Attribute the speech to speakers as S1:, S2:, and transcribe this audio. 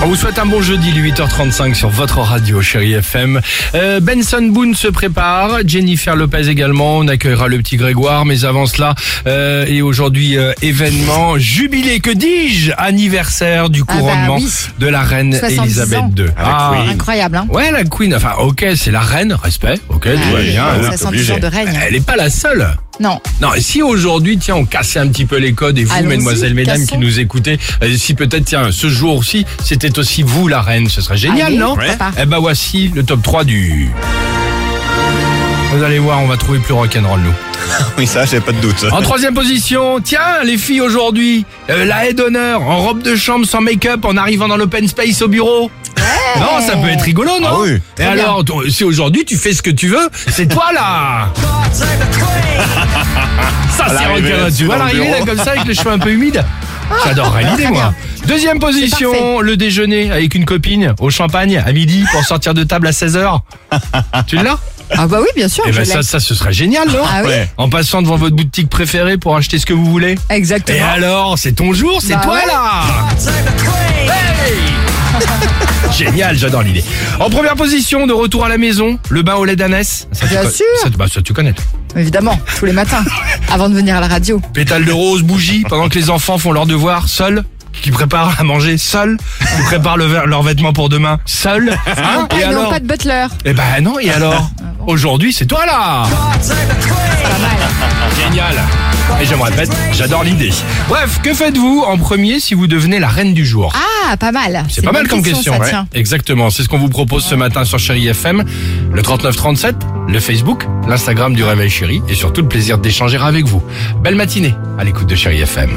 S1: On vous souhaite un bon jeudi, 8h35 sur votre radio, chérie FM. Euh, Benson Boone se prépare, Jennifer Lopez également. On accueillera le petit Grégoire, mais avant cela, euh, et aujourd'hui euh, événement jubilé, que dis-je, anniversaire du
S2: Ah bah
S1: couronnement
S2: oui.
S1: de la reine
S2: 70
S1: Elisabeth
S2: ans.
S1: II. Ah.
S2: Incroyable, hein
S1: Ouais, la Queen. Enfin, ok, c'est la reine, respect. Ok, tout va
S2: oui,
S1: bien.
S2: ça
S1: Elle-
S2: sent dix ans de règne.
S1: Elle n'est pas la seule.
S2: Non.
S1: Non, et si aujourd'hui, tiens, on cassait un petit peu les codes et vous,
S2: Allons-y,
S1: mesdemoiselles, mesdames
S2: cassons.
S1: qui nous écoutez, euh, si peut-être, tiens, ce jour-ci, c'était aussi vous la reine, ce serait génial,
S2: Allez,
S1: non
S2: pourquoi pas.
S1: Eh ben voici le top 3 du... Vous allez voir, on va trouver plus rock'n'roll, nous.
S3: Oui, ça, j'ai pas de doute.
S1: En troisième position, tiens, les filles aujourd'hui, euh, la haie d'honneur, en robe de chambre, sans make-up, en arrivant dans l'open space au bureau. Non, ça peut être rigolo, non
S3: Ah oui.
S1: Et
S2: bien.
S1: alors, t- si aujourd'hui tu fais ce que tu veux, c'est toi là Ça c'est
S3: l'arrivée
S1: rock'n'roll, tu
S3: là-dessus
S1: vois
S3: dans le
S1: l'arrivée là
S3: bureau.
S1: comme ça avec les cheveux un peu humides J'adorerais l'idée moi hein. Deuxième position, le déjeuner avec une copine au champagne à midi pour sortir de table à 16h. Tu l'as
S2: Ah bah oui, bien sûr.
S1: Eh
S2: je
S1: ben
S2: l'ai.
S1: ça, ça ce serait génial, non
S2: ah oui,
S3: Ouais.
S1: En passant devant votre boutique préférée pour acheter ce que vous voulez. Et
S2: exactement.
S1: alors, c'est ton jour, c'est
S2: Bah
S1: toi
S2: ouais.
S1: là Hey Génial, j'adore l'idée. En première position, de retour à la maison, le bain au lait d'anès. Ça, tu
S2: Bien
S1: co-
S2: sûr.
S1: Ça, bah, ça, tu connais.
S2: Évidemment, tous les matins, avant de venir à la radio.
S1: Pétales de rose, bougies, pendant que les enfants font leurs devoirs, seuls. Qui préparent à manger seuls, qui préparent le ver- leurs vêtements pour demain seuls. Hein
S2: Ah,
S1: et
S2: ils n'ont
S1: alors
S2: pas de butler.
S1: Eh ben non,
S2: Ah.
S1: et alors Aujourd'hui, c'est toi là Génial Et je me répète, j'adore l'idée. Bref, que faites-vous en premier si vous devenez la reine du jour
S2: Ah, pas mal.
S1: C'est pas
S2: une
S1: mal
S2: bonne
S1: comme question.
S2: ça,
S1: ouais.
S2: tiens.
S1: Exactement, c'est ce qu'on vous propose ce matin sur Chéri FM, le 3937, le Facebook, l'Instagram du Réveil Chéri et surtout le plaisir d'échanger avec vous. Belle matinée à l'écoute de Chéri FM.